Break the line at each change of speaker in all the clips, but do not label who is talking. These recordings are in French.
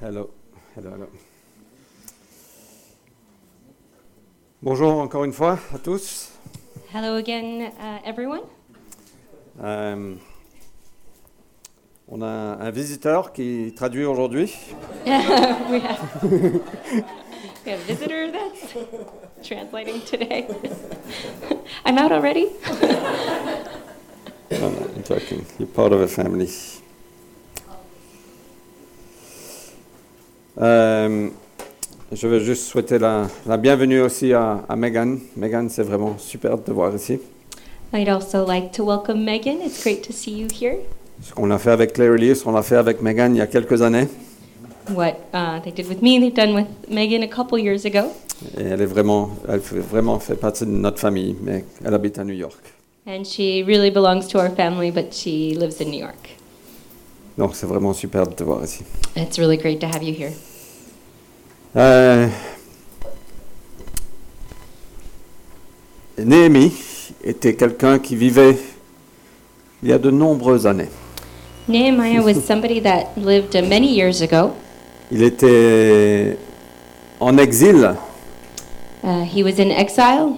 Hello. Hello, hello. Bonjour encore une fois à tous.
Hello again, uh, everyone.
Euh, on a un visiteur qui traduit aujourd'hui.
we, have, we have a visitor that's translating today. I'm out already.
No, no, I'm joking. You're part of a family. Euh, je veux juste souhaiter la, la bienvenue aussi à, à Megan. Megan, c'est vraiment super de te voir ici.
I'd also like to welcome Megan. It's great to see you here.
Ce qu'on a fait avec Claire Lee, ce qu'on a fait avec Megan il y a quelques années.
What uh, they did with me, they've done with Megan a couple years ago.
Et elle, est vraiment, elle fait vraiment fait partie de notre famille, mais elle habite à New York.
And she really belongs to our family, but she lives in New York.
Donc c'est vraiment super de te voir ici.
It's really great to have you here.
Euh, Néhémie était quelqu'un qui vivait il y a de nombreuses années.
Nehemiah was somebody that lived uh, many years ago.
Il était en exil.
Uh, he was in exile.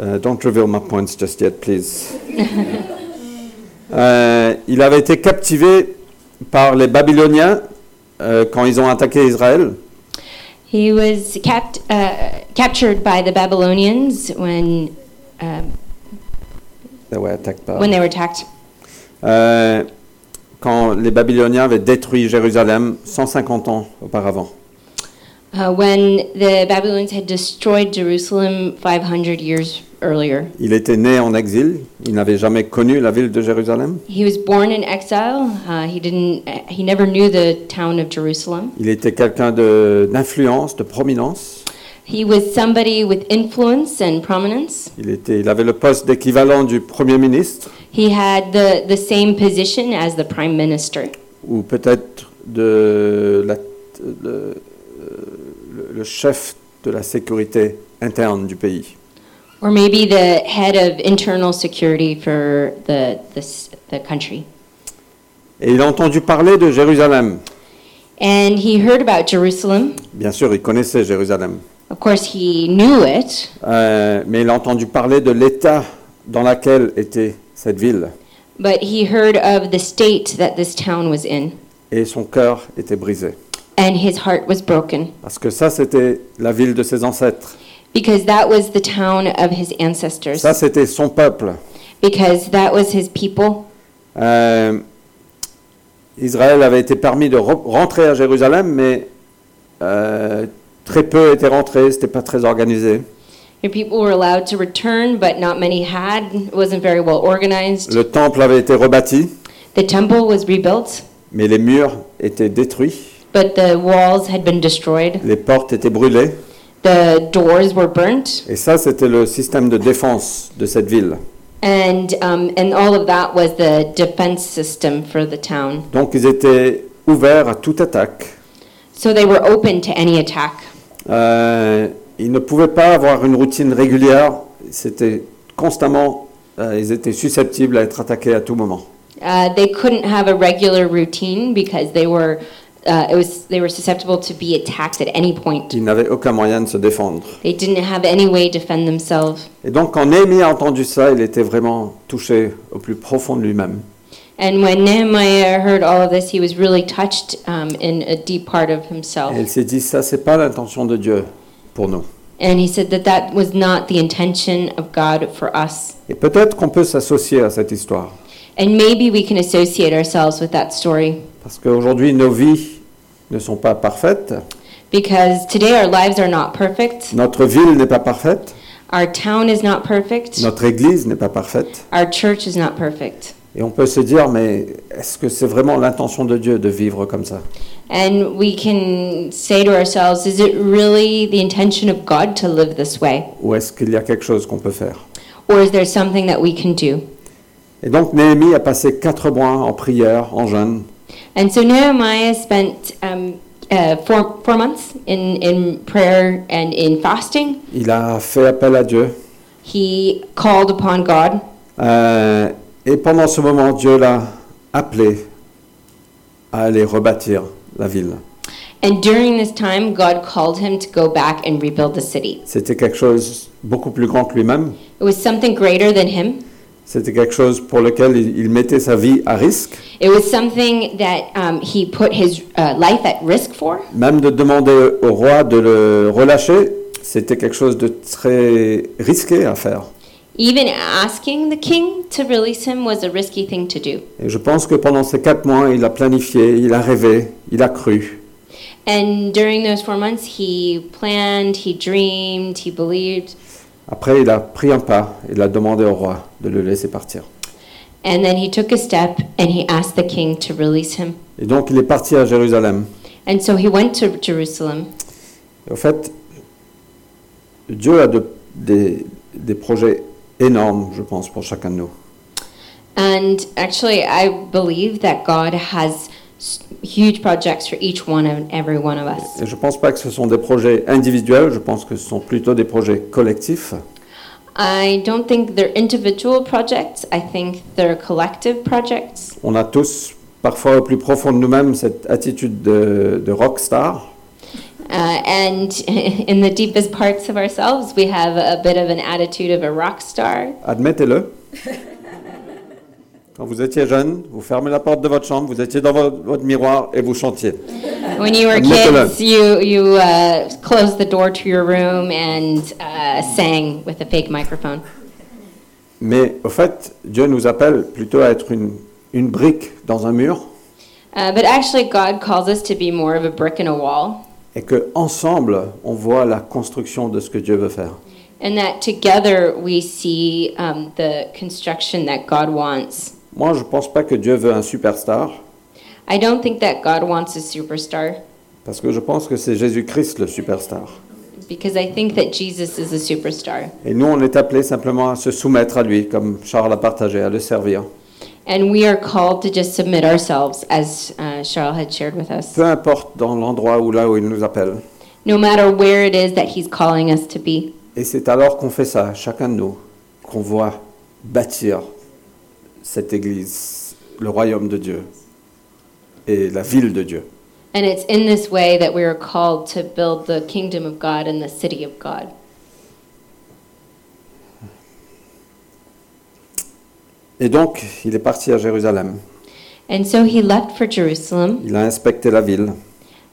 Euh, don't reveal my points just yet, please. Euh, il avait été captivé par les Babyloniens euh, quand ils ont attaqué Israël.
He was capt- uh, captured by the Babylonians when, um,
They were attacked by-
when they were attacked.
Euh, quand les Babyloniens avaient détruit Jérusalem 150 ans auparavant.
Uh, when the Babylonians had destroyed Jerusalem 500 years earlier,
Il était né en exil, il n'avait jamais connu la ville de Jérusalem.
he was born in exile. Uh, he didn't. uh, He never knew the town of Jerusalem.
Il était quelqu'un de- d'influence, de, prominence.
He was somebody with influence and prominence.
Il, était, il avait le poste d'équivalent du Premier ministre,
He had the, the same position as the prime minister,
ou peut-être de la- le- le- le chef de la sécurité interne du pays.
or maybe the head of internal security for the the, s- the country.
Et il a entendu parler de Jérusalem.
And he heard about Jerusalem.
Bien sûr, il connaissait Jérusalem.
Of course, he knew it,
Euh, mais il a entendu parler de l'état dans lequel était cette ville.
but he heard of the state that this town was in,
Et son cœur était brisé.
and his heart was broken
Parce que ça, c'était la ville de ses ancêtres.
because that was the town of his ancestors,
Ça, c'était son peuple.
because that was his people.
Euh, Israël avait été permis de re- rentrer à Jérusalem, mais euh, très peu étaient rentrés, c'était pas très organisé.
Your people were allowed to return, but not many had. It wasn't very well organized.
Le temple avait été rebâti,
The temple was rebuilt,
mais les murs étaient détruits,
but the walls had been destroyed.
les portes étaient brûlées.
The doors were burnt,
Et ça, c'était le système de défense de cette ville.
and um, and all of that was the defense system for the town.
Donc, ils étaient ouverts à toute attaque.
So they were open to any attack.
Euh, ils ne pouvaient pas avoir une routine régulière. C'était constamment, euh, ils étaient susceptibles à être attaqués à tout moment.
Uh, they couldn't have a regular routine because they were, uh, it was, they were susceptible to be attacked at any point.
Ils n'avaient aucun moyen de se défendre.
They didn't have any way to defend themselves.
Et donc, quand Néhémie a entendu ça, il était vraiment touché au plus profond de lui-même.
And when Nehemiah heard all of this, he was really touched um, in a deep part of
Et il
himself.
s'est dit, ça, c'est pas l'intention de Dieu pour nous.
And he said that that was not the intention of God for us.
Et peut-être qu'on peut s'associer à cette histoire.
And maybe we can associate ourselves with that story
Parce qu'aujourd'hui, nos vies ne sont pas parfaites.
because today our lives are not perfect,
Notre ville n'est pas parfaite,
our town is not perfect,
notre église n'est pas parfaite.
our church is not perfect.
Et on peut se dire, mais est-ce que c'est vraiment l'intention de Dieu de vivre comme ça
And we can say to ourselves, is it really the intention of God to live this way?
Ou est-ce qu'il y a quelque chose qu'on peut faire
Or is there something that we can do?
Et donc Néhémie a passé quatre mois en prière, en jeûne.
And so Nehemiah spent um, uh, four, four months in, in prayer and in fasting.
Il a fait appel à Dieu.
He called upon God.
Euh, et pendant ce moment, Dieu l'a appelé à aller rebâtir la ville.
And during this time, God called him to go back and rebuild the city.
C'était quelque chose beaucoup plus grand que lui-même.
It was something greater than him.
C'était quelque chose pour lequel il, il mettait sa vie à risque,
It was something that um, he put his uh, life at risk for.
même de demander au roi de le relâcher. C'était quelque chose de très risqué à faire.
Even asking the king to release him was a risky thing to do.
Et je pense que pendant ces quatre mois, il a planifié, il a rêvé, il a cru.
And during those four months, he planned, he dreamed, he believed,
Après, il a pris un pas, il a demandé au roi de le laisser partir.
and then he took a step and he asked the king to release him.
Et donc, il est parti à Jérusalem.
And so he went to Jerusalem.
Et au fait, Dieu a de- des, des projets énormes, je pense, pour chacun de nous.
And actually, I believe that God has s- huge projects for each one and every one of us.
Et je ne pense pas que ce sont des projets individuels, je pense que ce sont plutôt des projets collectifs.
I don't think they're individual projects. I think they're collective projects.
On a tous, parfois au plus profond de nous-mêmes, cette attitude de, de rockstar.
Uh, and in the deepest parts of ourselves, we have a bit of an attitude of a rock star.
Admettez-le. Quand vous étiez jeune, vous fermez la porte de votre chambre, vous étiez dans votre, votre miroir et vous chantiez.
When you were
Admit to
kids, you, you uh, closed the door to your room and uh, sang with a fake microphone.
Mais au fait, Dieu nous appelle plutôt à être une, une brique dans un mur
Uh, but actually, God calls us to be more of a brick in a wall,
et que ensemble, on voit la construction de ce que Dieu veut faire.
and that together we see um, the construction that God wants.
Moi, je ne pense pas que Dieu veut un superstar
I don't think that God wants a superstar.
parce que je pense que c'est Jésus-Christ le superstar.
because I think that Jesus is a superstar.
Et nous, on est appelés simplement à se soumettre à lui, comme Charles a partagé, à le servir.
And we are called to just submit ourselves, as uh, Charles had shared with us,
Peu importe dans l'endroit ou là où il nous appelle.
no matter where it is that He's calling us to be.
Et c'est alors qu'on fait ça, chacun de nous, qu'on voit bâtir cette église, le royaume de Dieu et la ville de Dieu.
And it's in this way that we are called to build the kingdom of God and the city of God.
Et donc, il est parti à Jérusalem.
And so he left for Jerusalem.
Il a inspecté la ville.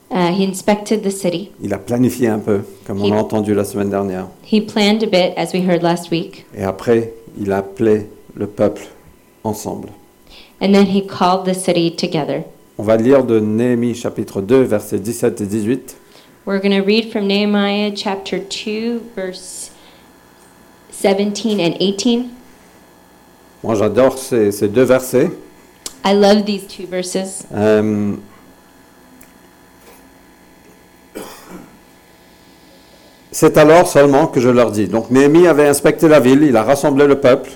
Uh, he inspected the city.
Il a planifié un peu, comme on
Il-
l'a entendu la semaine dernière.
He planned a bit, as we heard last week.
Et après, il a appelé le peuple ensemble.
And then he called the city together.
On va lire de Néhémie chapitre 2, versets 17 et 18.
We're going to read from Nehemiah chapter 2, verse 17 and 18.
Moi, j'adore ces, ces deux versets.
I love these two verses.
Euh, C'est alors seulement que je leur dis. Donc Néhémie avait inspecté la ville, il a rassemblé le peuple,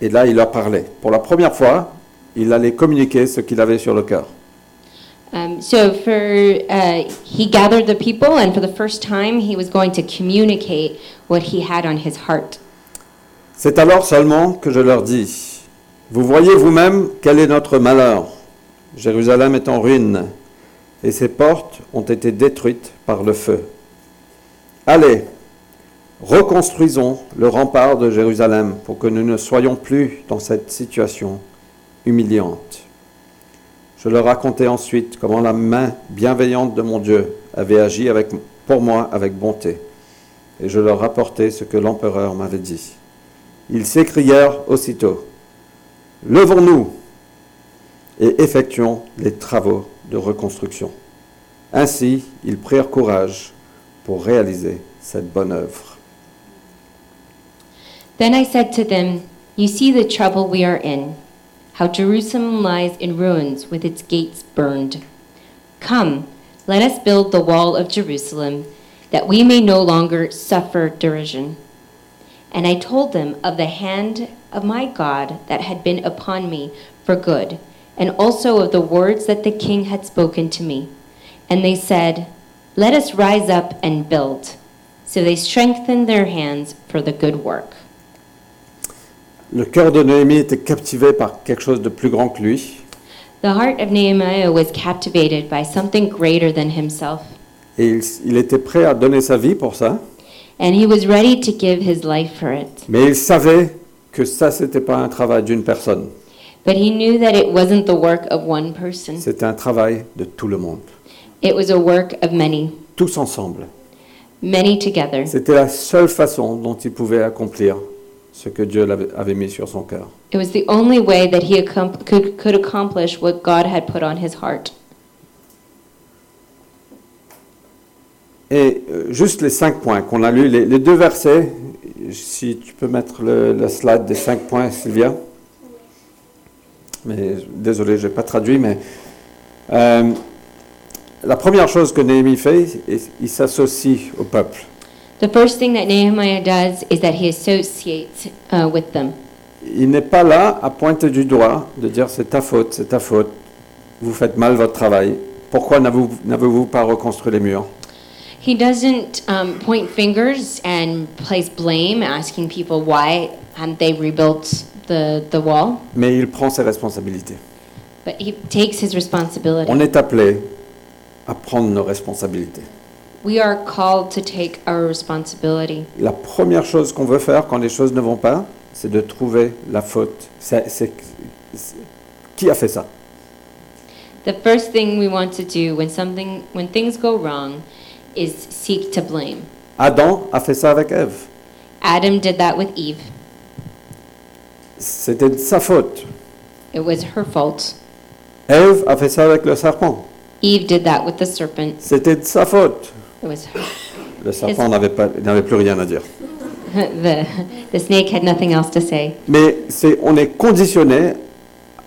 et là il leur parlait. Pour la première fois, il allait communiquer ce qu'il avait sur le cœur.
Um, so for uh, he gathered the people, and for the first time, he was going to communicate what he had on his heart.
C'est alors seulement que je leur dis, vous voyez vous-même quel est notre malheur. Jérusalem est en ruine et ses portes ont été détruites par le feu. Allez, reconstruisons le rempart de Jérusalem pour que nous ne soyons plus dans cette situation humiliante. Je leur racontai ensuite comment la main bienveillante de mon Dieu avait agi avec- pour moi avec bonté, et je leur rapportai ce que l'empereur m'avait dit. Ils s'écrièrent aussitôt Levons-nous et effectuons les travaux de reconstruction. Ainsi, ils prirent courage pour réaliser cette bonne œuvre.
Then I said to them, You see the trouble we are in, how Jerusalem lies in ruins with its gates burned. Come, let us build the wall of Jerusalem, that we may no longer suffer derision. And I told them of the hand of my God that had been upon me for good, and also of the words that the king had spoken to me. And they said, Let us rise up and build. So they strengthened their hands for the good work.
Le cœur de Noémie était captivé par quelque chose de plus grand que lui.
The heart of Nehemiah was captivated by something greater than himself,
Et il, il était prêt à donner sa vie pour ça,
and he was ready to give his life for it.
mais il savait que ça, c'était pas un travail d'une personne,
But he knew that it wasn't the work of one person,
c'était un travail de tout le monde,
it was a work of many,
tous ensemble.
many together.
C'était la seule façon dont il pouvait accomplir ce que Dieu l'avait- avait mis sur son cœur.
It was the only way that he accom- could, could accomplish what God had put on his heart.
Et euh, juste les cinq points qu'on a lus, les, les deux versets, si tu peux mettre le, la slide des cinq points, Sylvia. Mais désolé, je n'ai pas traduit, mais euh, la première chose que Néhémie fait, il- il s'associe au peuple.
The first thing that Nehemiah does is that he associates uh, with them.
Il n'est pas là à pointer du doigt, de dire c'est ta faute, c'est ta faute, vous faites mal votre travail, pourquoi n'avez-vous n'avez-vous pas reconstruit les murs
He doesn't um, point fingers and place blame, asking people why hadn't they rebuilt the, the wall,
Mais il prend ses responsabilités.
but he takes his responsibility.
On est appelé à prendre nos responsabilités.
We are called to take our responsibility.
La première chose qu'on veut faire quand les choses ne vont pas, c'est de trouver la faute. C'est- c'est- c'est- qui a fait ça
The first thing we want to do when something when things go wrong is seek to blame.
Adam a fait ça avec Ève.
Adam did that with Eve.
C'était de sa faute.
It was her fault.
Ève a fait ça avec le serpent.
Eve did that with the serpent.
C'était de sa faute.
It was her,
Le serpent n'avait pas- n'avait plus rien à dire.
the the snake had nothing else to say.
Mais c'est, on est conditionné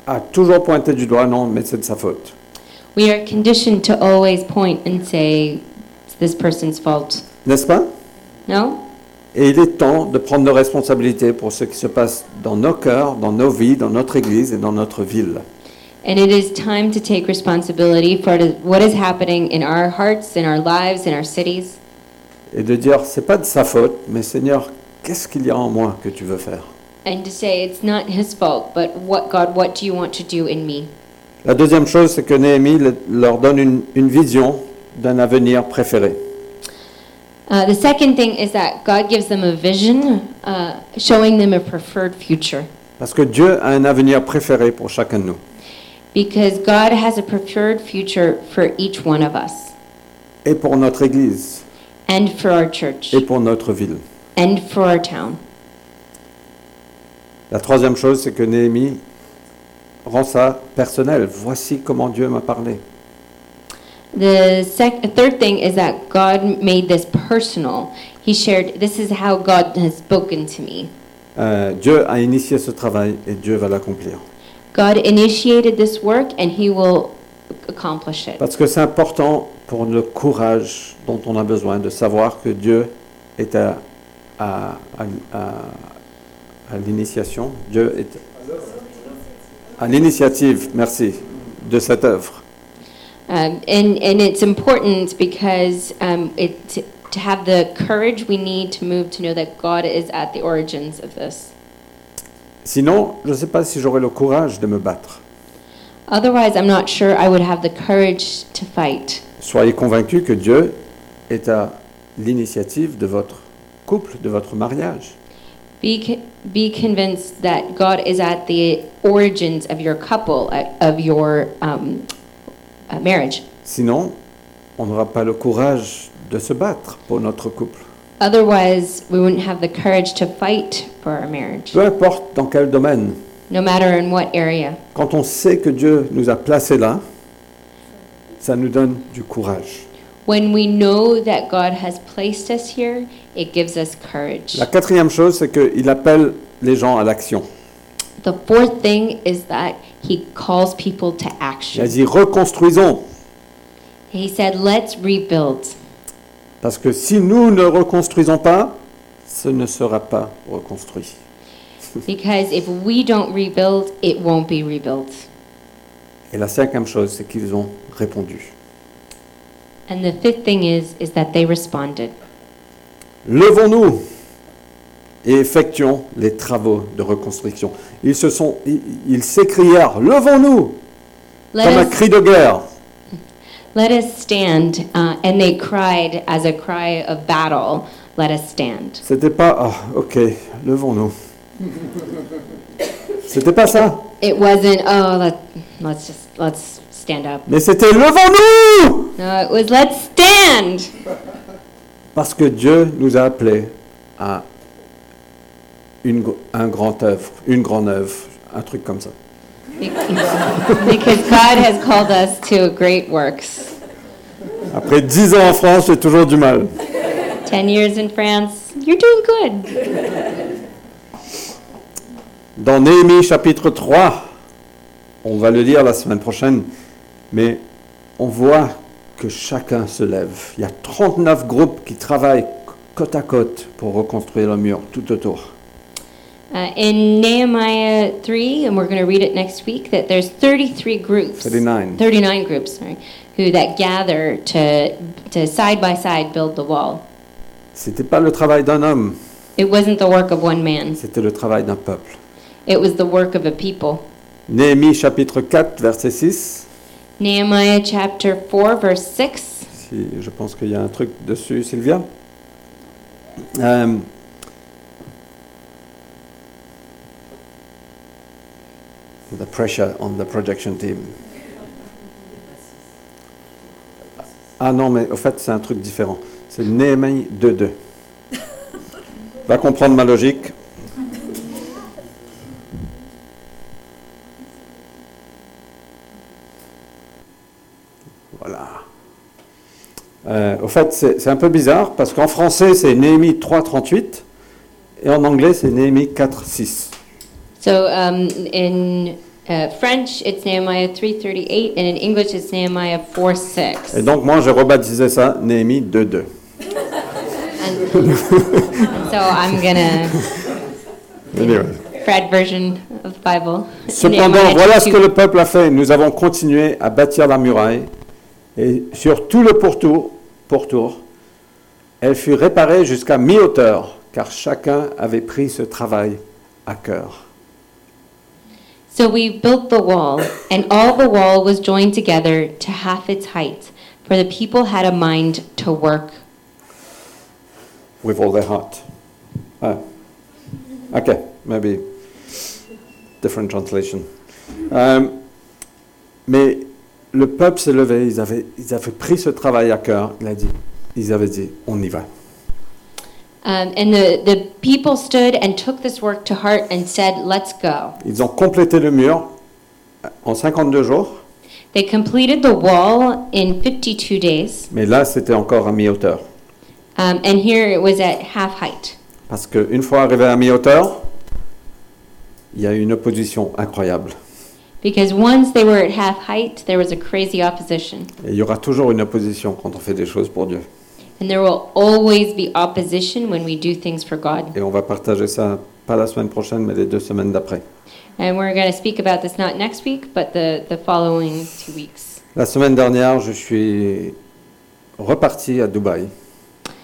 à toujours pointer du doigt, non, mais c'est de sa faute.
We are conditioned to always point and say it's this person's fault.
N'est-ce pas
No?
Et il est temps de prendre nos responsabilités pour ce qui se passe dans nos cœurs, dans nos vies, dans notre église et dans notre ville.
And it is time to take responsibility for what is happening in our hearts, in our lives, in our cities.
Et de dire, c'est pas de sa faute, mais Seigneur, qu'est-ce qu'il y a en moi que tu veux faire
And to say it's not his fault, but what God, what do you want to do in me?
La deuxième chose, c'est que Néhémie le- leur donne une, une vision d'un avenir préféré.
Uh, the second thing is that God gives them a vision, uh, showing them a preferred future.
Parce que Dieu a un avenir préféré pour chacun de nous.
Because God has a preferred future for each one of us,
Et pour notre église,
and for our church,
et pour notre ville.
and for our town.
La troisième chose, c'est que Néhémie rend ça personnel. Voici comment Dieu m'a parlé.
The sec- third thing is that God made this personal. He shared, This is how God has spoken to me.
Euh, Dieu a initié ce travail et Dieu va l'accomplir.
God initiated this work, and He will accomplish it.
Parce que c'est important pour le courage dont on a besoin de savoir que Dieu est à, à- à- à- à l'initiation, Dieu est à l'initiative, merci, de cette œuvre.
Um, and, and it's important because um, it, to, to have the courage we need to move to know that God is at the origins of this.
Sinon, je ne sais pas si j'aurai le courage de me battre.
Otherwise, I'm not sure I would have the courage to fight.
Soyez convaincus que Dieu est à l'initiative de votre couple, de votre mariage.
Be, co- be convinced that God is at the origins of your couple, uh, of your um, uh, marriage.
Sinon, on n'aura pas le courage de se battre pour notre couple.
Otherwise, we wouldn't have the courage to fight for our marriage,
Peu importe dans quel domaine.
no matter in what area.
Quand on sait que Dieu nous a placés là, ça nous donne du courage.
When we know that God has placed us here, it gives us courage.
La quatrième chose, c'est qu'il appelle les gens à l'action.
The fourth thing is that he calls people to
Il a
action.
dit reconstruisons.
He said, Let's rebuild.
Parce que si nous ne reconstruisons pas, ce ne sera pas reconstruit.
Because if we don't rebuild, it won't be rebuilt.
Et la cinquième chose, c'est qu'ils ont répondu.
And the fifth thing is, is that they responded.
Levons-nous et effectuons les travaux de reconstruction. Ils se sont, ils ils s'écrièrent, levons-nous
Let
comme un
us
cri de guerre.
Let us stand. Uh, and they cried as a cry of battle, Let us stand.
C'était pas ah ok, levons-nous. C'était pas ça,
It wasn't, oh, let, let's just, let's stand up.
mais c'était levons-nous
No, it was, let's stand.
parce que Dieu nous a appelés à une gr- un grand œuvre, une grande œuvre, un truc comme ça.
Because God has called us to great works.
Après dix ans en France, j'ai toujours du mal.
10 years in France, you're doing good.
Dans Néhémie chapitre 3, on va le lire la semaine prochaine, mais on voit que chacun se lève. Il y a 39 groupes qui travaillent côte à côte pour reconstruire le mur tout autour.
Uh, in Nehemiah 3, and we're going to read it next week, that there's 33 groups.
39.
39 groups, sorry, who that gather to, to side by side build the wall.
C'était pas le travail d'un homme,
It wasn't the work of one man,
c'était le travail d'un peuple.
it was the work of a people.
Néhémie chapitre 4, verset 6.
Nehemiah chapter 4, verse 6.
Si, je pense qu'il y a un truc dessus, Sylvia. Euh, the pressure on the projection team. Ah non, mais au fait, c'est un truc différent. C'est Néhémie 2.2. Va comprendre ma logique. Voilà. Euh, au fait, c'est c'est un peu bizarre parce qu'en français, c'est Néhémie 3.38 et en anglais, c'est Néhémie 4.6.
So um, in uh, French, it's Nehemiah 3.38, and in English, it's Nehemiah 4, 6.
Et donc, moi, je rebaptisais ça Néhémie 2.2.
And so I'm going to,
Anyway.
Fred version of the Bible.
Cependant,
Nehemiah
voilà ce
2.
que le peuple a fait. Nous avons continué à bâtir la muraille et sur tout le pourtour, pourtour elle fut réparée jusqu'à mi-hauteur car chacun avait pris ce travail à cœur.
So we built the wall, and all the wall was joined together to half its height, for the people had a mind to work.
with all their heart. Oh. Okay, maybe different translation. Euh, mais le peuple s'est levé, ils avaient, ils avaient pris ce travail à cœur, il a dit, ils avaient dit, on y va.
Um, and the, the people stood and took this work to heart and said, Let's go.
Ils ont complété le mur euh, en 52 jours,
They completed the wall in 52 days,
mais là c'était encore à mi-hauteur.
um, and here it was at half height.
Parce qu'une fois arrivé à mi-hauteur, il y a eu une opposition incroyable.
Because once they were at half height, there was a crazy opposition.
Et il y aura toujours une opposition quand on fait des choses pour Dieu.
And there will always be opposition when we do things for God.
Et on va partager ça, pas la semaine prochaine, mais les deux semaines d'après.
And we're going to speak about this not next week, but the, the following two weeks.
La semaine dernière, je suis reparti à Dubaï.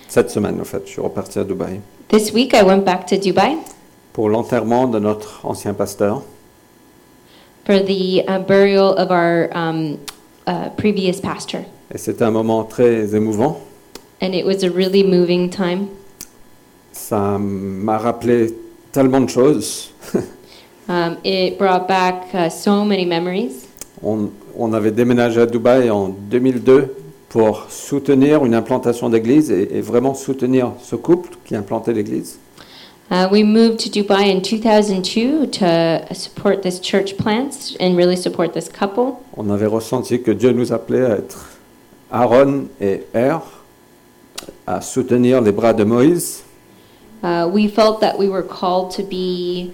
Cette semaine, en fait, je suis reparti à Dubaï
This week, I went back to Dubai
pour l'enterrement de notre ancien pasteur.
for the uh, burial of our um, uh, previous pastor.
Et c'était un moment très émouvant.
And it was a really moving time.
Ça m'a rappelé tellement de choses.
Um, it brought back uh, so many memories.
On, on avait déménagé à Dubaï en 2002 pour soutenir une implantation d'église et- et vraiment soutenir ce couple qui implantait l'église.
Uh, we moved to Dubai in 2002 to support this church plant and really support this couple.
On avait ressenti que Dieu nous appelait à être Aaron et Er, à soutenir les bras de Moïse.
Uh, we felt that we were called to be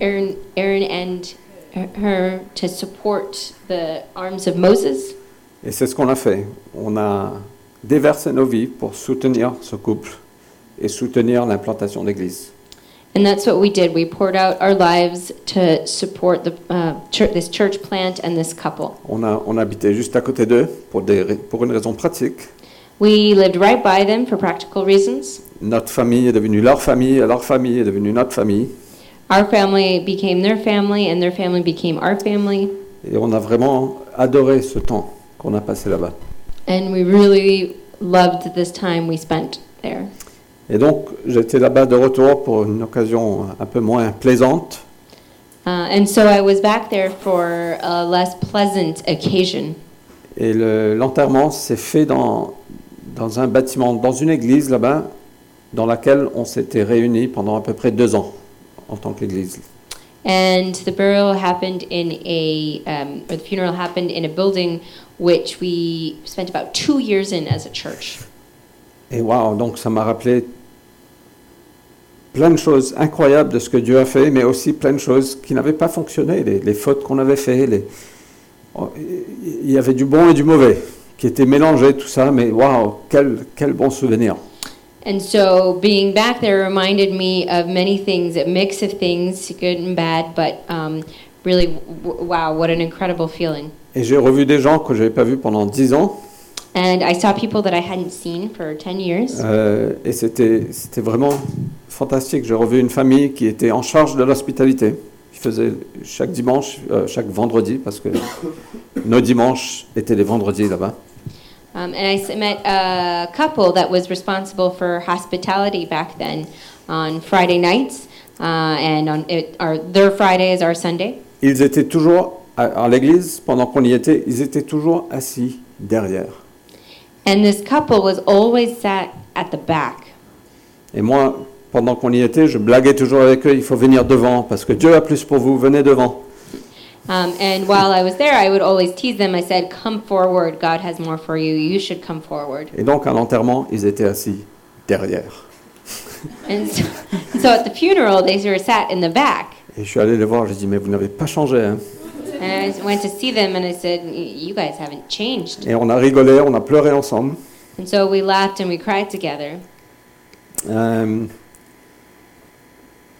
Aaron, Aaron and her to support the arms of Moses.
Et c'est ce qu'on a fait. On a déversé nos vies pour soutenir ce couple et soutenir l'implantation d'église.
And that's what we did. We poured out our lives to support the, uh, chur this church plant and this couple.
On, a, on habitait juste à côté d'eux pour, des rai- pour une raison pratique.
We lived right by them for practical reasons.
Notre famille est devenue leur famille, et leur famille est devenue notre famille.
Our family became their family, and their family became our family.
Et on a vraiment adoré ce temps qu'on a passé là-bas.
And we really loved this time we spent there.
Et donc, j'étais là-bas de retour pour une occasion un peu moins plaisante.
Uh, and so I was back there for a less pleasant occasion.
Et le- l'enterrement s'est fait dans, dans un bâtiment, dans une église là-bas, dans laquelle on s'était réunis pendant à peu près deux ans en tant qu'église.
And the burial happened in a, um, or the funeral happened in a building which we spent about two years in as a church.
Et waouh, donc ça m'a rappelé plein de choses incroyables de ce que Dieu a fait, mais aussi plein de choses qui n'avaient pas fonctionné, les, les fautes qu'on avait faites. Les... Oh, Il y avait du bon et du mauvais qui étaient mélangés, tout ça, mais waouh, quel, quel bon souvenir.
And so being back there reminded me of many things, a mix of things, good and bad, but um, really, w- wow, what an incredible feeling.
Et j'ai revu des gens que je n'avais pas vus pendant dix ans,
And I saw people that I hadn't seen for 10 years.
euh, et c'était c'était vraiment fantastique. J'ai revu une famille qui était en charge de l'hospitalité, qui faisait chaque dimanche, euh, chaque vendredi, parce que nos dimanches étaient les vendredis là-bas.
Um, and I s- met a couple that was responsible for hospitality back then on Friday nights, uh, and on it, our, their Friday is our Sunday.
Ils étaient toujours, à, à l'église, pendant qu'on y était, ils étaient toujours assis derrière.
And this couple was always sat at the back.
Et moi, pendant qu'on y était, je blaguais toujours avec eux, il faut venir devant, parce que Dieu a plus pour vous, venez devant.
Um, and while I was there, I would always tease them. I said, Come forward. God has more for you. You should come forward.
Et donc, à l'enterrement, ils étaient assis derrière.
And so, so at the funeral, they were sat in the back.
Et je suis allé les voir, j'ai dit, mais vous n'avez pas changé. hein.
And I went to see them and I said, "Y- You guys haven't changed.
Et on a rigolé, on a pleuré ensemble.
And so we laughed and we cried together.
Euh,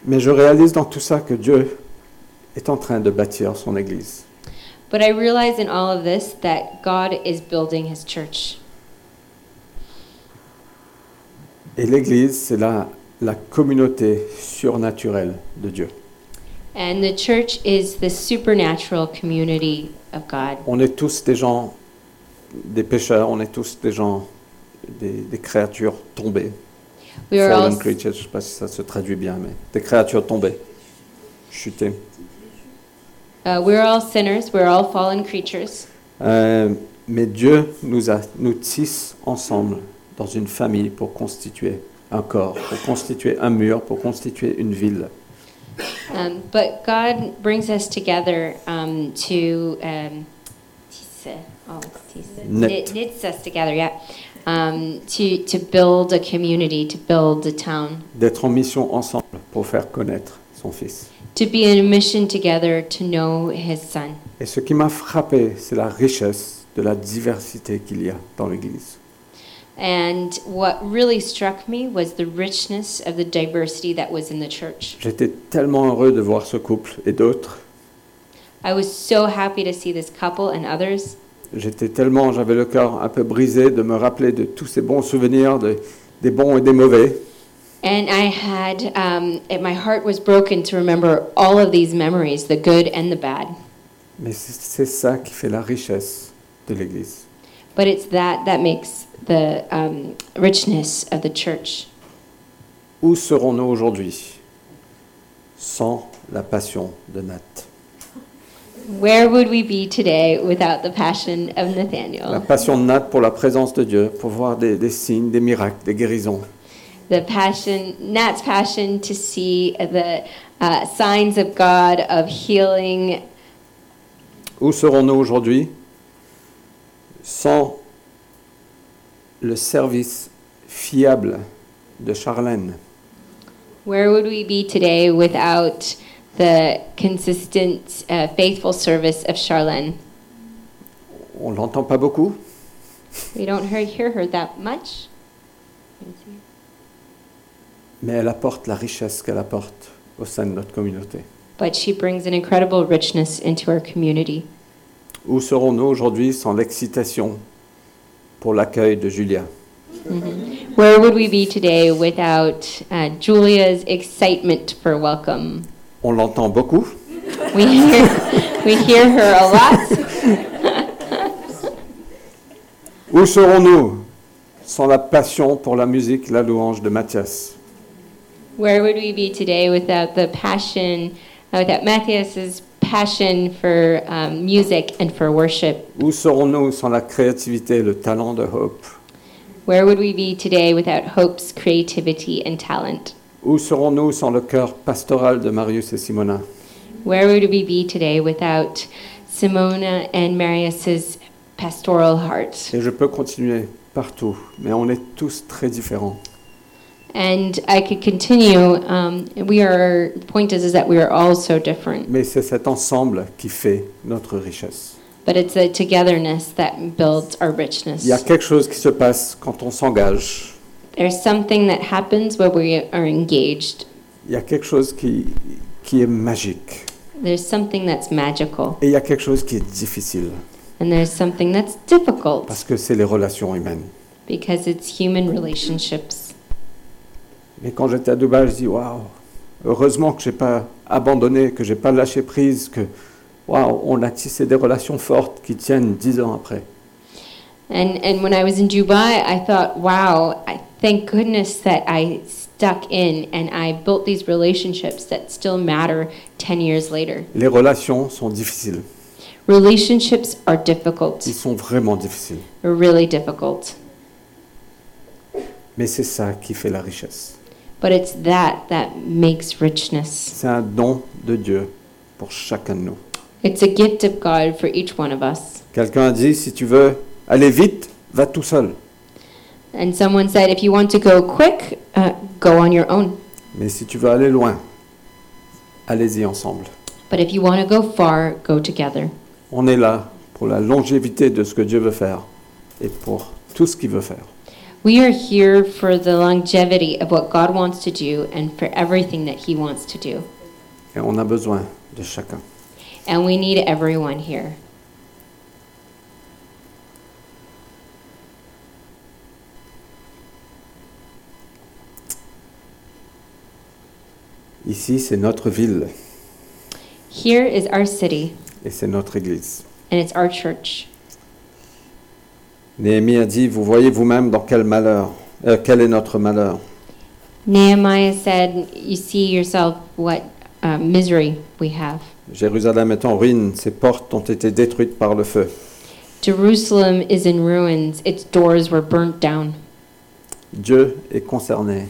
mais je réalise dans tout ça que Dieu est en train de bâtir son église.
But I realized in all of this that God is building his church.
Et l'église, c'est la, la communauté surnaturelle de Dieu.
And the church is the supernatural community of God.
On est tous des gens, des pécheurs, on est tous des gens, des, des créatures tombées.
We are all
Fallen creatures, je ne sais pas si ça se traduit bien, mais des créatures tombées, chutées.
uh, we're all sinners, we're all fallen creatures.
Euh, mais Dieu nous, a, nous tisse ensemble dans une famille pour constituer un corps, pour constituer un mur, pour constituer une ville.
Um, but God brings us together um, to um, tisse- oh, it's tisse-
Knit.
knit- knits us together, yeah. Um, to, to build a community, to build a town,
d'être en mission ensemble pour faire connaître son Fils.
to be in a mission together to know His Son.
Et ce qui m'a frappé, c'est la richesse de la diversité qu'il y a dans l'Église.
And what really struck me was the richness of the diversity that was in the church.
J'étais tellement heureux de voir ce couple et d'autres.
I was so happy to see this couple and others.
J'étais tellement, j'avais le cœur un peu brisé de me rappeler de tous ces bons souvenirs, de- des bons et des mauvais.
And I had, um, and my heart was broken to remember all of these memories, the good and the bad.
Mais c'est c'est ça qui fait la richesse de l'Église.
But it's that that makes the um, richness of the church.
Où serons-nous aujourd'hui sans la passion de Nat
Where would we be today without the passion of
La
Nathaniel?
passion de Nat pour la présence de Dieu, pour voir des- des signes, des miracles, des guérisons.
The passion, Nat's passion to see the uh, signs of God, of healing,
Où serons-nous aujourd'hui sans le service fiable de Charlène
Where would we be today without the consistent, uh, faithful service of Charlene?
On l'entend pas beaucoup,
We don't hear, hear her that much.
mais elle apporte la richesse qu'elle apporte au sein de notre communauté.
But she brings an incredible richness into our community.
Où serons-nous aujourd'hui sans l'excitation pour l'accueil de Julia
Where would we be today without uh, Julia's excitement for welcome?
On l'entend beaucoup,
We hear, we hear her a lot.
Où serons-nous sans la passion pour la musique, la louange de Matthias
Where would we be today without the passion, uh, without Matthias's passion for um, music and for worship?
Où serons-nous sans la créativité, le talent de Hope
Where would we be today without Hope's creativity and talent?
Où serons-nous sans le cœur pastoral de Marius et Simona
Where would we be today without Simona and Marius's pastoral heart?
Et je peux continuer partout, mais on est tous très différents.
And I could continue. Um, we are. Point is, is that we are all so different,
Mais c'est cet ensemble qui fait notre richesse.
but it's the togetherness that builds our richness.
Il y a quelque chose qui se passe quand on s'engage.
There's something that happens when we are engaged.
Il y a quelque chose qui, qui est magique.
There's something that's magical,
Et il y a quelque chose qui est difficile,
and there's something that's difficult
parce que c'est les relations humaines.
because it's human relationships.
Mais quand j'étais à Dubaï, je dis waouh, heureusement que j'ai pas abandonné, que j'ai pas lâché prise, que waouh, on a tissé des relations fortes qui tiennent dix ans après.
And and when I was in Dubai, I thought, wow, I thank goodness that I stuck in and I built these relationships that still matter 10 years later.
Les relations sont difficiles,
Relationships are difficult.
ils sont vraiment difficiles.
They're really difficult.
Mais c'est ça qui fait la richesse.
But it's that that makes richness.
C'est un don de Dieu pour chacun de nous.
It's a gift of God for each one of us.
Quelqu'un a dit si tu veux aller vite, va tout seul.
And someone said, if you want to go quick, uh, go on your own.
Mais si tu veux aller loin, allez-y ensemble.
But if you want to go far, go together.
On est là pour la longévité de ce que Dieu veut faire et pour tout ce qu'il veut faire.
We are here for the longevity of what God wants to do and for everything that He wants to do.
Et on a besoin de chacun.
And we need everyone here.
Ici, c'est notre ville
Here is our city,
et c'est notre église.
and it's our church.
Néhémie a dit, vous voyez vous-même dans quel malheur, euh, quel est notre malheur.
Nehemiah said, You see yourself what uh, misery we have.
Jérusalem est en ruine, ses portes ont été détruites par le feu.
Jerusalem is in ruins, its doors were burnt down.
Dieu est concerné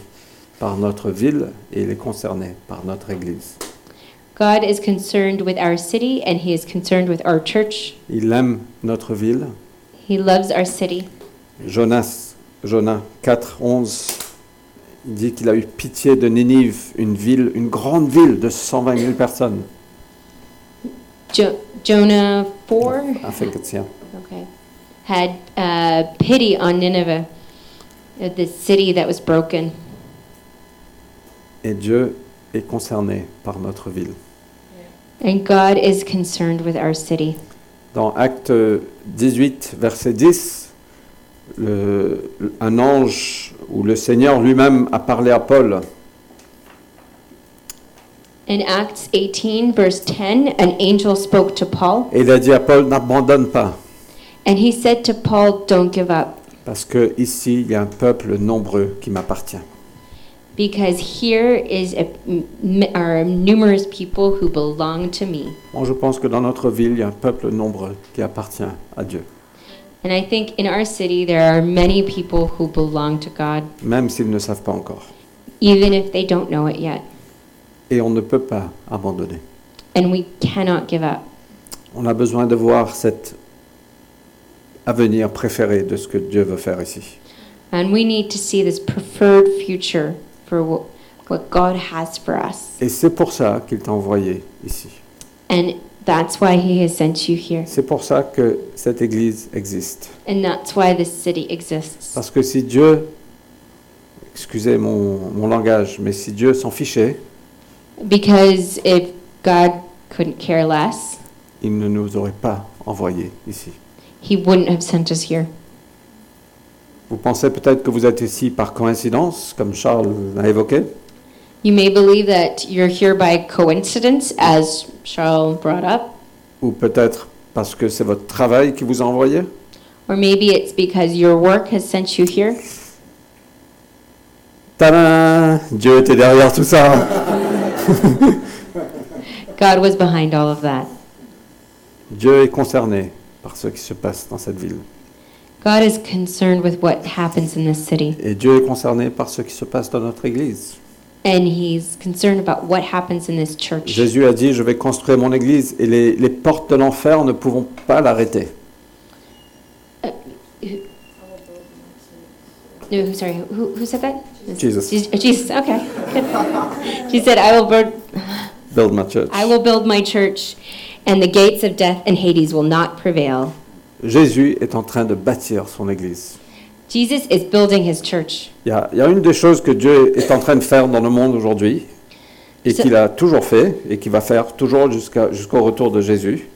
par notre ville et il est concerné par notre église.
God is concerned with our city, and He is concerned with our church.
Il aime notre ville.
He loves our city.
Jonas, Jonas 4, 11, il dit qu'il a eu pitié de Ninive, une ville, une grande ville de 120 000 personnes.
Jo- Jonah 4
Ah, fait que tiens.
okay, had uh, pity on Nineveh, uh, the city that was broken.
Et Dieu est concerné par notre ville.
And God is concerned with our city.
Dans Acte 18, verset 10, le- un ange ou le Seigneur lui-même a parlé à Paul.
In Acts 18, verse 10, an angel spoke to Paul,
Et il a dit à Paul, n'abandonne pas,
and he said to Paul, Don't give up,
parce que ici, il y a un peuple nombreux qui m'appartient.
because here is a, m- are numerous people who belong to me.
Moi, je pense que dans notre ville, il y a un peuple nombreux qui appartient à Dieu.
And I think in our city, there are many people who belong to God,
même s'ils ne savent pas encore.
even if they don't know it yet.
Et on ne peut pas abandonner.
And we cannot give up.
On a besoin de voir cet avenir préféré de ce que Dieu veut faire ici.
And we need to see this preferred future for wh- what God has for us.
Et c'est pour ça qu'il t'a envoyé ici.
And that's why He has sent you here.
C'est pour ça que cette Église existe.
And that's why this city exists.
Parce que si Dieu, excusez mon, mon langage, mais si Dieu s'en fichait,
Because if God couldn't care less,
il ne nous aurait pas envoyés ici.
He wouldn't have sent us here.
Vous pensez peut-être que vous êtes ici par coïncidence, comme Charles l'a évoqué,
You may believe that you're here by coincidence, as Charles brought up,
ou peut-être parce que c'est votre travail qui vous a envoyé,
or maybe it's because your work has sent you here.
Tadam Dieu était derrière tout ça.
God was behind all of that.
Dieu est concerné par ce qui se passe dans cette ville.
God is concerned with what happens in this city,
Et Dieu est concerné par ce qui se passe dans notre Église.
and He's concerned about what happens in this church.
Jésus a dit, je vais construire mon Église et les, les portes de l'enfer ne pourront pas l'arrêter.
No, who- sorry, who, who said that?
Jesus.
Je- Jesus, okay. Good. She said, I will, build,
Build my church.
I will build my church, and the gates of death and Hades will not prevail.
Jésus est en train de bâtir son Église.
Jesus is building His church.
Il y, a, il y a une des choses que Dieu est en train de faire dans le monde aujourd'hui et
Ça-
qu'il a toujours fait et qu'il va faire toujours jusqu'à- jusqu'au retour de Jésus,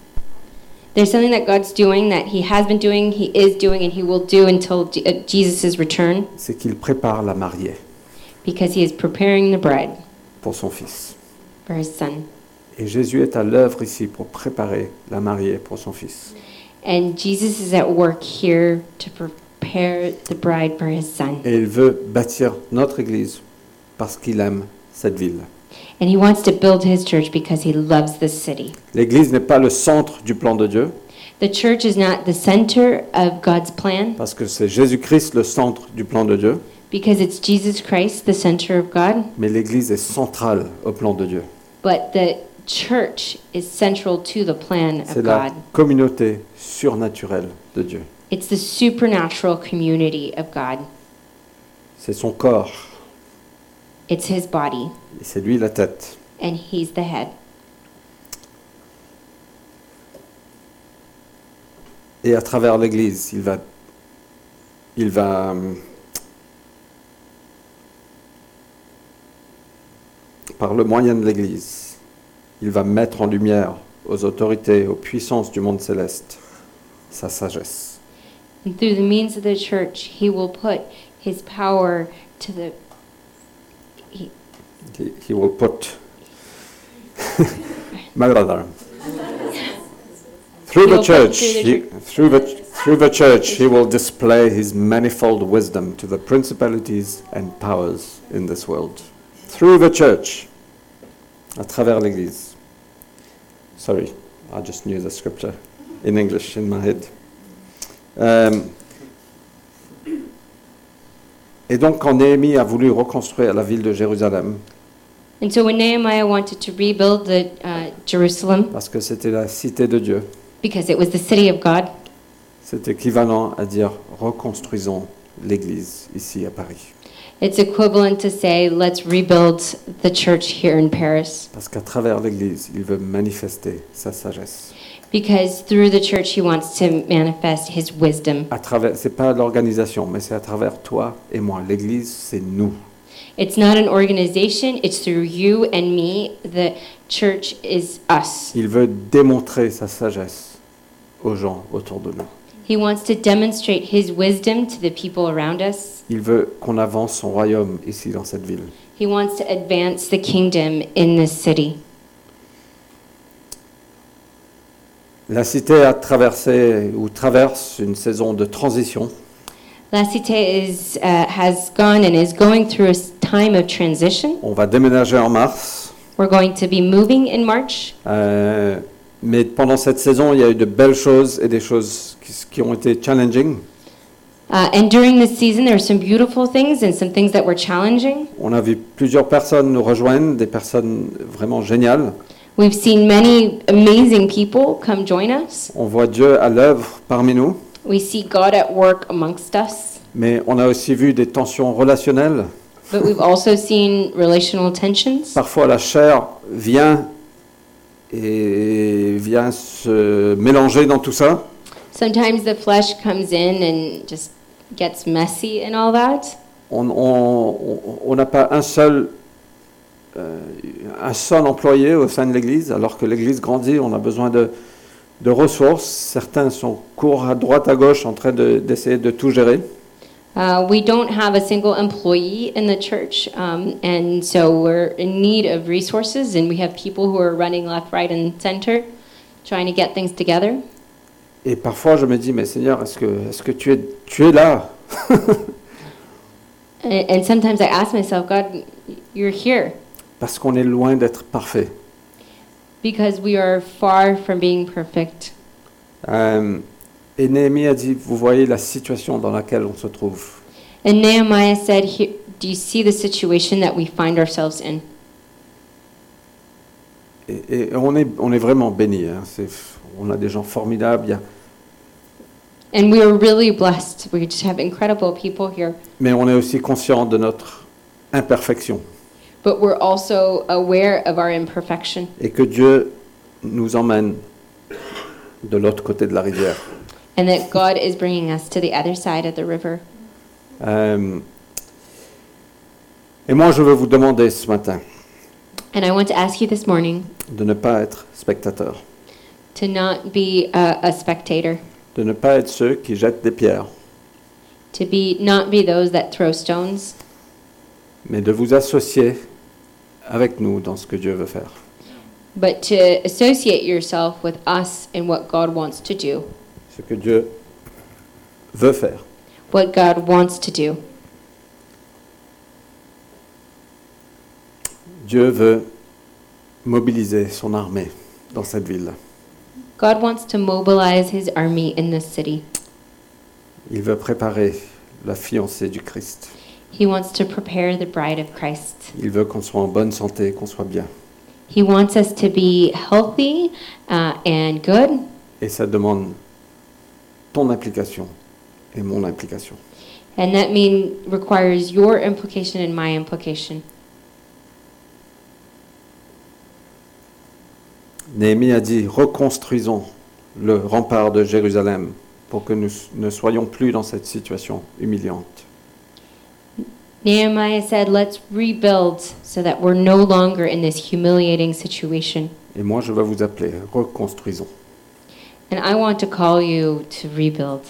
There's something that God's doing that He has been doing, He is doing, and He will do until Je- uh, Jesus' return
c'est qu'il prépare la mariée
because He is preparing the bride
pour son fils.
for His Son.
Et Jésus est à l'œuvre ici pour préparer la mariée pour son fils.
And Jesus is at work here to prepare the bride for His Son.
Et il veut bâtir notre Église parce qu'il aime cette ville.
And He wants to build His church because He loves this city.
L'Église n'est pas le centre du plan de Dieu,
The church is not the center of God's plan
parce que c'est Jésus-Christ le centre du plan de Dieu,
because it's Jesus Christ, the center of God,
mais l'Église est centrale au plan de Dieu.
but the church is central to the plan
C'est
of
la
God.
communauté surnaturelle de Dieu.
It's the supernatural community of God,
C'est son corps,
it's His body,
et c'est lui la tête.
and He's the head.
Et à travers l'Église, il va, il va hum, par le moyen de l'Église, il va mettre en lumière aux autorités, aux puissances du monde céleste, sa sagesse.
And through the means of the church, He will put His power to the. He,
He, he will put my brother. Through
He
the
will put
church, he- through
through the
the through the church, he will display his manifold wisdom to the principalities and powers in this world. Through the church, à travers l'Église. Sorry, I just knew the scripture in English in my head. Um, et donc, quand Néhémie a voulu reconstruire la ville de Jérusalem,
and so when Nehemiah wanted to rebuild the uh, Jerusalem
parce que c'était la cité de Dieu.
because it was the city of God,
C'est équivalent à dire reconstruisons l'église ici à Paris.
It's equivalent to say, let's rebuild the church here in Paris.
Parce qu'à travers l'église, il veut manifester sa sagesse.
Because through the church, he wants to manifest his wisdom.
À travers, c'est pas l'organisation, mais c'est à travers toi et moi. L'église, c'est nous.
It's not an organization, it's through you and me. The church is us.
Il veut démontrer sa sagesse aux gens autour de nous.
He wants to demonstrate his wisdom to the people around us.
Il veut qu'on avance son royaume ici dans cette ville.
He wants to advance the kingdom in this city.
La cité a traversé ou traverse une saison de transition.
La Cité is, uh, has gone and is going through a s- time of transition.
On va déménager en mars.
We're going to be moving in March.
Euh, mais pendant cette saison, il y a eu de belles choses et des choses qui, qui ont été challenging.
Uh, and during this season, there are some beautiful things and some things that were challenging.
On a vu plusieurs personnes nous rejoindre, des personnes vraiment géniales.
We've seen many amazing people come join us.
On voit Dieu à l'œuvre parmi nous,
We see God at work amongst us,
mais on a aussi vu des tensions relationnelles.
but we've also seen relational tensions.
Parfois, la chair vient et vient se mélanger dans tout ça.
Sometimes the flesh comes in and just gets messy and all that.
On on- on n'a pas un seul, euh, un seul employé au sein de l'Église, alors que l'Église grandit, on a besoin de, de ressources. Certains sont courts à droite, à gauche, en train de- d'essayer de, tout gérer.
Uh, we don't have a single employee in the church, um, and so we're in need of resources, and we have people who are running left, right, and center trying to get things together.
Et parfois, je me dis, mais Seigneur, est-ce que, est-ce que tu, es, tu es là
And, and sometimes I ask myself, God, you're here
Parce qu'on est loin d'être parfait.
because we are far from being perfect.
Euh, et Néhémie a dit, vous voyez la situation dans laquelle on se trouve.
And Nehemiah said, "Here- Do you see the situation that we find ourselves in?
Et, et on, est, on est vraiment bénis. hein. C'est- on a des gens formidables. il y a-
And we are really blessed. We just have incredible people here.
mais on est aussi conscient de notre imperfection.
But we're also aware of our imperfection.
Et que Dieu nous emmène de l'autre côté de la rivière.
and that God is bringing us to the other side of the river.
Euh, et moi, je veux vous demander ce matin
And I want to ask you this morning
de ne pas être spectateur,
to not be a, a spectator,
de ne pas être ceux qui jettent des pierres,
to be not be those that throw stones,
mais de vous associer avec nous dans ce que Dieu veut faire.
but to associate yourself with us and what God wants to do,
Ce que Dieu veut faire.
what God wants to do.
Dieu veut mobiliser son armée dans cette ville.
God wants to mobilize his army in this city.
Il veut préparer la fiancée du Christ.
He wants to prepare the bride of Christ.
Il veut qu'on soit en bonne santé, qu'on soit bien.
He wants us to be healthy uh, and good,
Et ça demande ton implication et mon implication.
and that mean requires your implication and my implication.
Néhémie a dit reconstruisons le rempart de Jérusalem pour que nous ne soyons plus dans cette situation humiliante.
Nehemiah said, Let's rebuild so that we're no longer in this humiliating situation.
Et moi, je vais vous appeler reconstruisons.
And I want to call you to rebuild.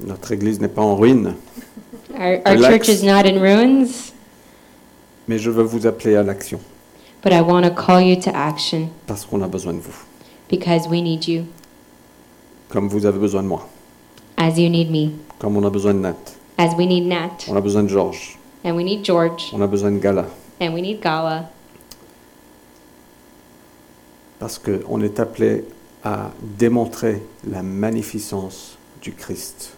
Notre église n'est pas en ruine,
Our, our
Relax.
church is not in ruins,
mais je veux vous appeler à l'action
but I want to call you to action
parce qu'on a besoin de vous,
because we need you
comme vous avez besoin de moi,
as you need me,
comme on a besoin de Nat,
as we need Nat,
on a besoin de Georges,
and we need George,
on a besoin de Gala,
and we need Gala
parce qu'on est appelé à démontrer la magnificence du Christ.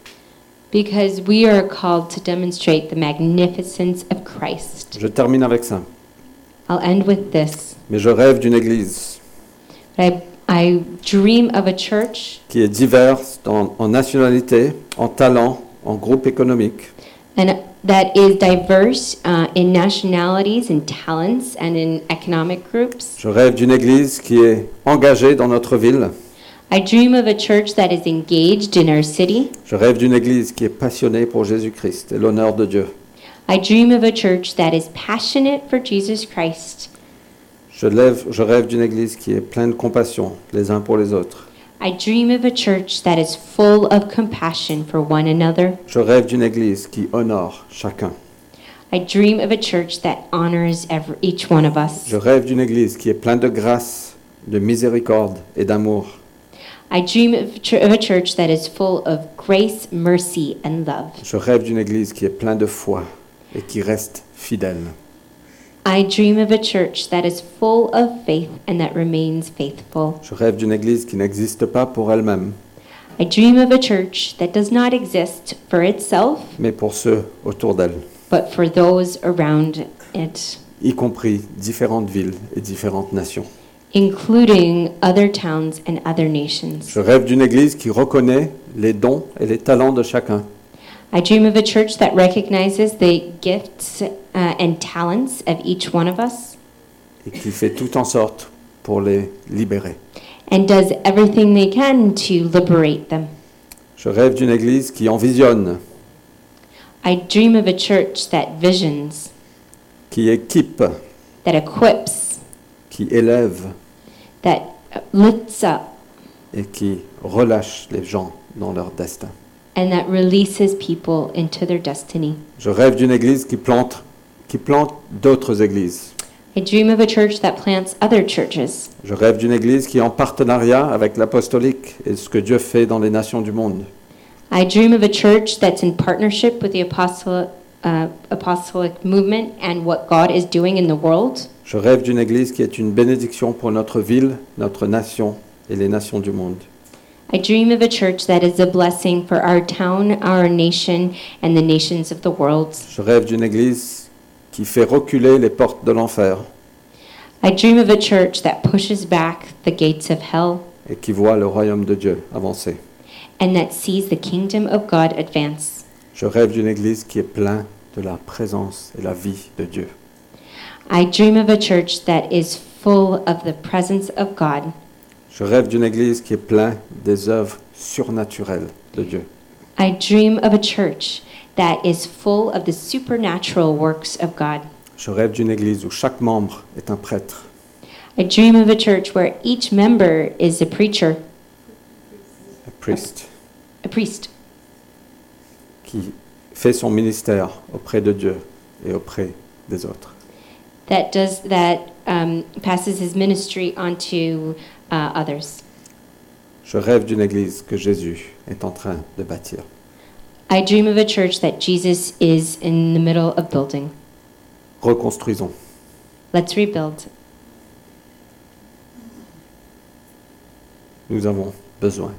because we are called to demonstrate the magnificence of Christ.
Je termine avec ça,
I'll end with this.
mais je rêve d'une église
I, I dream of a church
qui est diverse en, en nationalité, en talent, en groupe économique,
and that is diverse uh, in nationalities and talents and in economic groups.
Je rêve d'une église qui est engagée dans notre ville.
I dream of a church that is engaged in our city.
Je rêve d'une église qui est passionnée pour Jésus-Christ et l'honneur de Dieu.
I dream of a church that is passionate for Jesus Christ.
Je, lève- je rêve d'une église qui est pleine de compassion les uns pour les autres.
I dream of a church that is full of compassion for one another.
Je rêve d'une église qui honore chacun.
I dream of a church that honors every, each one of us.
Je rêve d'une église qui est pleine de grâce, de miséricorde et d'amour.
I dream of, chur- of a church that is full of grace, mercy, and love.
Je rêve d'une église qui est pleine de foi et qui reste fidèle.
I dream of a church that is full of faith and that remains faithful.
Je rêve d'une église qui n'existe pas pour elle-même,
I dream of a church that does not exist for itself,
mais pour ceux autour d'elle,
but for those around it,
y compris différentes villes et différentes nations.
including other towns and other nations.
Je rêve d'une église qui reconnaît les dons et les talents de chacun,
I dream of a church that recognizes the gifts uh, and talents of each one of us
et qui fait tout en sorte pour les libérer.
and does everything they can to liberate them.
Je rêve d'une église qui envisionne,
I dream of a church that visions,
qui équipe,
that equips,
qui élève
that lifts up.
et qui relâche les gens dans leur destin.
and that releases people into their destiny.
Je rêve d'une église qui plante, qui plante d'autres églises.
I dream of a church that plants other churches.
Je rêve d'une église qui est en partenariat avec l'apostolique et ce que Dieu fait dans les nations du monde.
I dream of a church that's in partnership with the apostolic, uh, apostolic movement and what God is doing in the world.
Je rêve d'une église qui est une bénédiction pour notre ville, notre nation et les nations du monde.
I dream of a church that is a blessing for our town, our nation, and the nations of the world.
Je rêve d'une église qui fait reculer les portes de l'enfer
I dream of a church that pushes back the gates of hell
et qui voit le royaume de Dieu avancer.
and that sees the kingdom of God advance.
Je rêve d'une église qui est pleine de la présence et la vie de Dieu.
I dream of a church that is full of the presence of God.
Je rêve d'une église qui est pleine des œuvres surnaturelles de Dieu.
I dream of a church that is full of the supernatural works of God.
Je rêve d'une église où chaque membre est un prêtre.
I dream of a church where each member is a preacher,
Un priest
a priest,
qui fait son ministère auprès de Dieu et auprès des autres.
that does that um, passes his ministry on to uh, others.
Je rêve d'une église que Jésus est en train de bâtir.
I dream of a church that Jesus is in the middle of building.
Reconstruisons.
Let's rebuild.
Nous avons besoin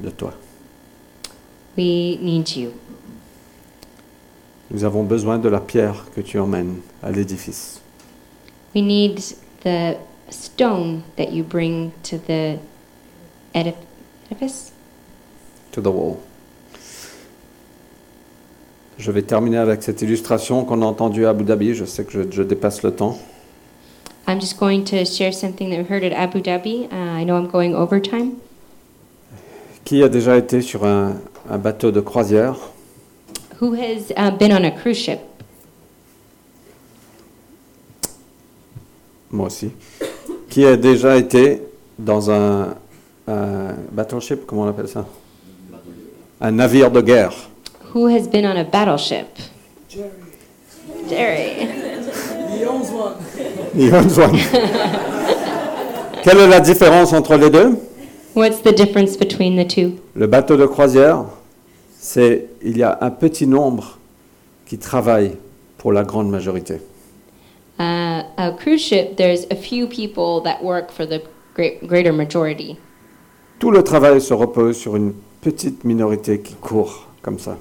de toi.
We need you.
Nous avons besoin de la pierre que tu emmènes à l'édifice.
We need the stone that you bring to the edif- edifice.
To the wall. Je vais terminer avec cette illustration qu'on a entendue à Abu Dhabi. Je sais que je- je dépasse le temps.
I'm just going to share something that we heard at Abu Dhabi. Uh, I know I'm going overtime.
Qui a déjà été sur un, un bateau de croisière
Who has uh, been on a cruise ship?
Moi aussi. Qui a déjà été dans un, un battleship Comment on appelle ça Un navire de guerre.
Who has been on a battleship? Jerry. Jerry.
Il y en a besoin. Quelle est la différence entre les deux
What's the difference between the two?
Le bateau de croisière, c'est il y a un petit nombre qui travaille pour la grande majorité.
Uh, a cruise ship, there's a few people that work for the great, greater majority.
Tout le travail se repose sur une petite minorité qui court comme ça.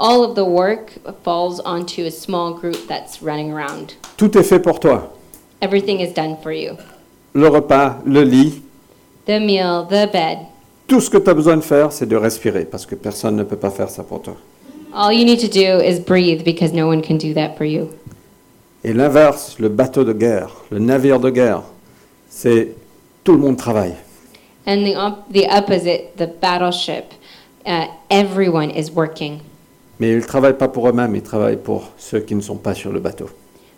All of the work falls onto a small group that's running around.
Tout est fait pour toi.
Everything is done for you
Le repas, le lit,
the meal, the bed.
Tout ce que tu as besoin de faire, c'est de respirer, parce que personne ne peut pas faire ça pour toi.
All you need to do is breathe because no one can do that for you.
Et l'inverse, le bateau de guerre, le navire de guerre, c'est tout le monde travaille.
And the, op- the opposite, the battleship, uh, everyone is working.
Mais ils ne travaillent pas pour eux-mêmes, ils travaillent pour ceux qui ne sont pas sur le bateau.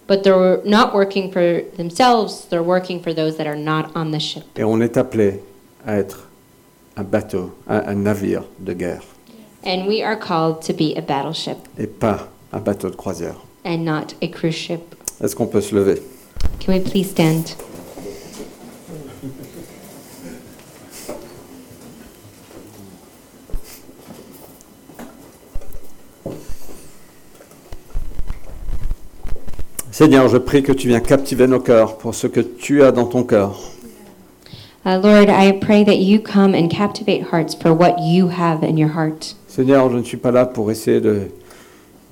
But they're not working for themselves, they're working for those that are not on the ship.
Et on est appelé à être un bateau, un, un navire de guerre,
And we are called to be a battleship
et pas un bateau de croisière.
and not a cruise ship.
Est-ce qu'on peut se lever
Can we please stand?
Seigneur, je prie que tu viens captiver nos cœurs pour ce que tu as dans ton cœur.
Uh, Lord, I pray that you come and captivate hearts for what you have in your heart.
Seigneur, je ne suis pas là pour essayer de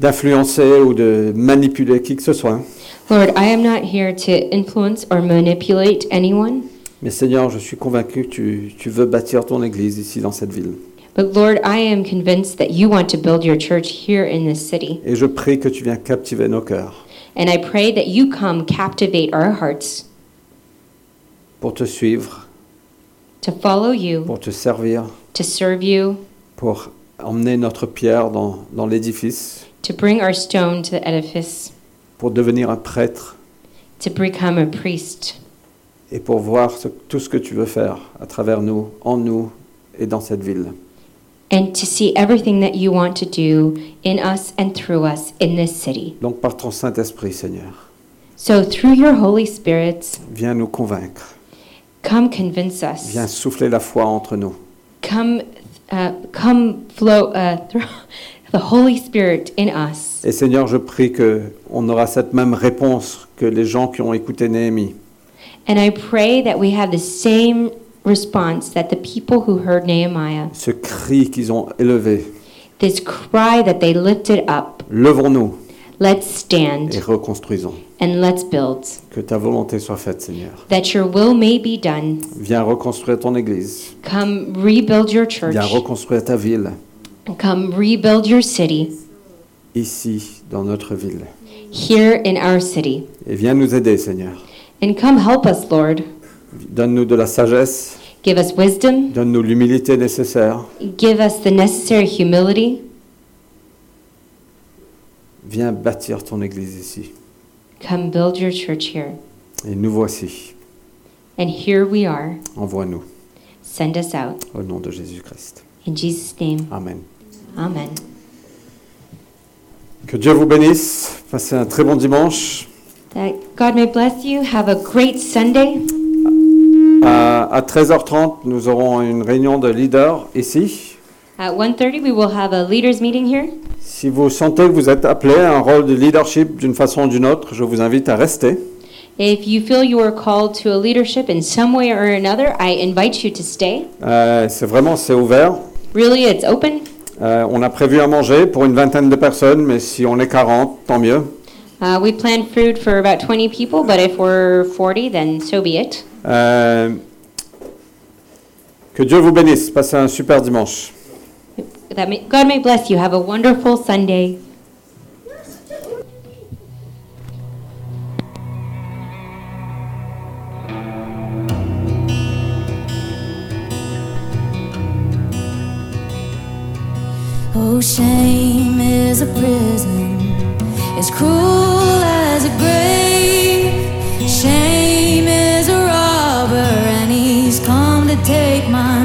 d'influencer ou de manipuler qui que ce soit.
Lord, I am not here to influence or manipulate anyone,
Mais Seigneur, je suis convaincu que tu, tu veux bâtir ton Église ici dans cette ville.
but Lord, I am convinced that you want to build your church here in this city.
Et je prie que tu viens captiver nos cœurs
And I pray that you come captivate our hearts
pour te suivre,
to follow you,
pour te servir,
to serve you,
pour emmener notre pierre dans, dans l'édifice,
to bring our stone to the edifice,
pour devenir un prêtre
to become a priest.
et pour voir ce- tout ce que tu veux faire à travers nous, en nous et dans cette ville.
and to see everything that you want to do in us and through us in this city.
Donc par ton Saint-Esprit, Seigneur,
So, through your Holy Spirit,
viens nous convaincre,
come convince us.
viens souffler la foi entre nous.
Come, uh, come flow uh, through the Holy Spirit in us.
Et Seigneur, je prie qu'on aura cette même réponse que les gens qui ont écouté Néhémie.
And I pray that we have the same response that the people who heard Nehemiah,
Ce cri qu'ils ont élevé,
this cry that they lifted up,
levons-nous
let's
et
stand
reconstruisons.
and let's build.
Que ta volonté soit faite, Seigneur.
That your will may be done.
Viens reconstruire ton Église.
Come rebuild your church.
Viens reconstruire ta ville,
Come rebuild your city
ici, dans notre ville.
here in our city.
Et viens nous aider, Seigneur.
And come help us, Lord.
Donne-nous de la sagesse,
Give us wisdom.
donne-nous l'humilité nécessaire.
Give us the necessary humility.
Viens bâtir ton Église ici.
Come build your church here.
Et nous voici.
And here we are.
Envoie-nous,
Send us out.
au nom de Jésus-Christ.
In Jesus' name,
Amen.
amen.
Que Dieu vous bénisse. Passez un très bon dimanche.
That God may bless you. Have a great Sunday.
À, à 13h30, nous aurons une réunion de leaders ici.
At 1.30, we will have a leaders meeting here.
Si vous sentez que vous êtes appelé à un rôle de leadership d'une façon ou d'une autre, je vous invite à rester.
If you feel you are called to a leadership in some way or another, I invite you to stay.
Euh, c'est vraiment, c'est ouvert.
Really, it's open.
Euh, on a prévu à manger pour une vingtaine de personnes, mais si on est 40, tant mieux.
Uh, we planned food for about 20 people, but if we're 40, then so be it.
Euh, que Dieu vous bénisse. Passez un super dimanche.
That may, God may bless you. Have a wonderful Sunday.
Oh, shame is a prison as cruel as a grave. Shame is a robber, and he's come to take my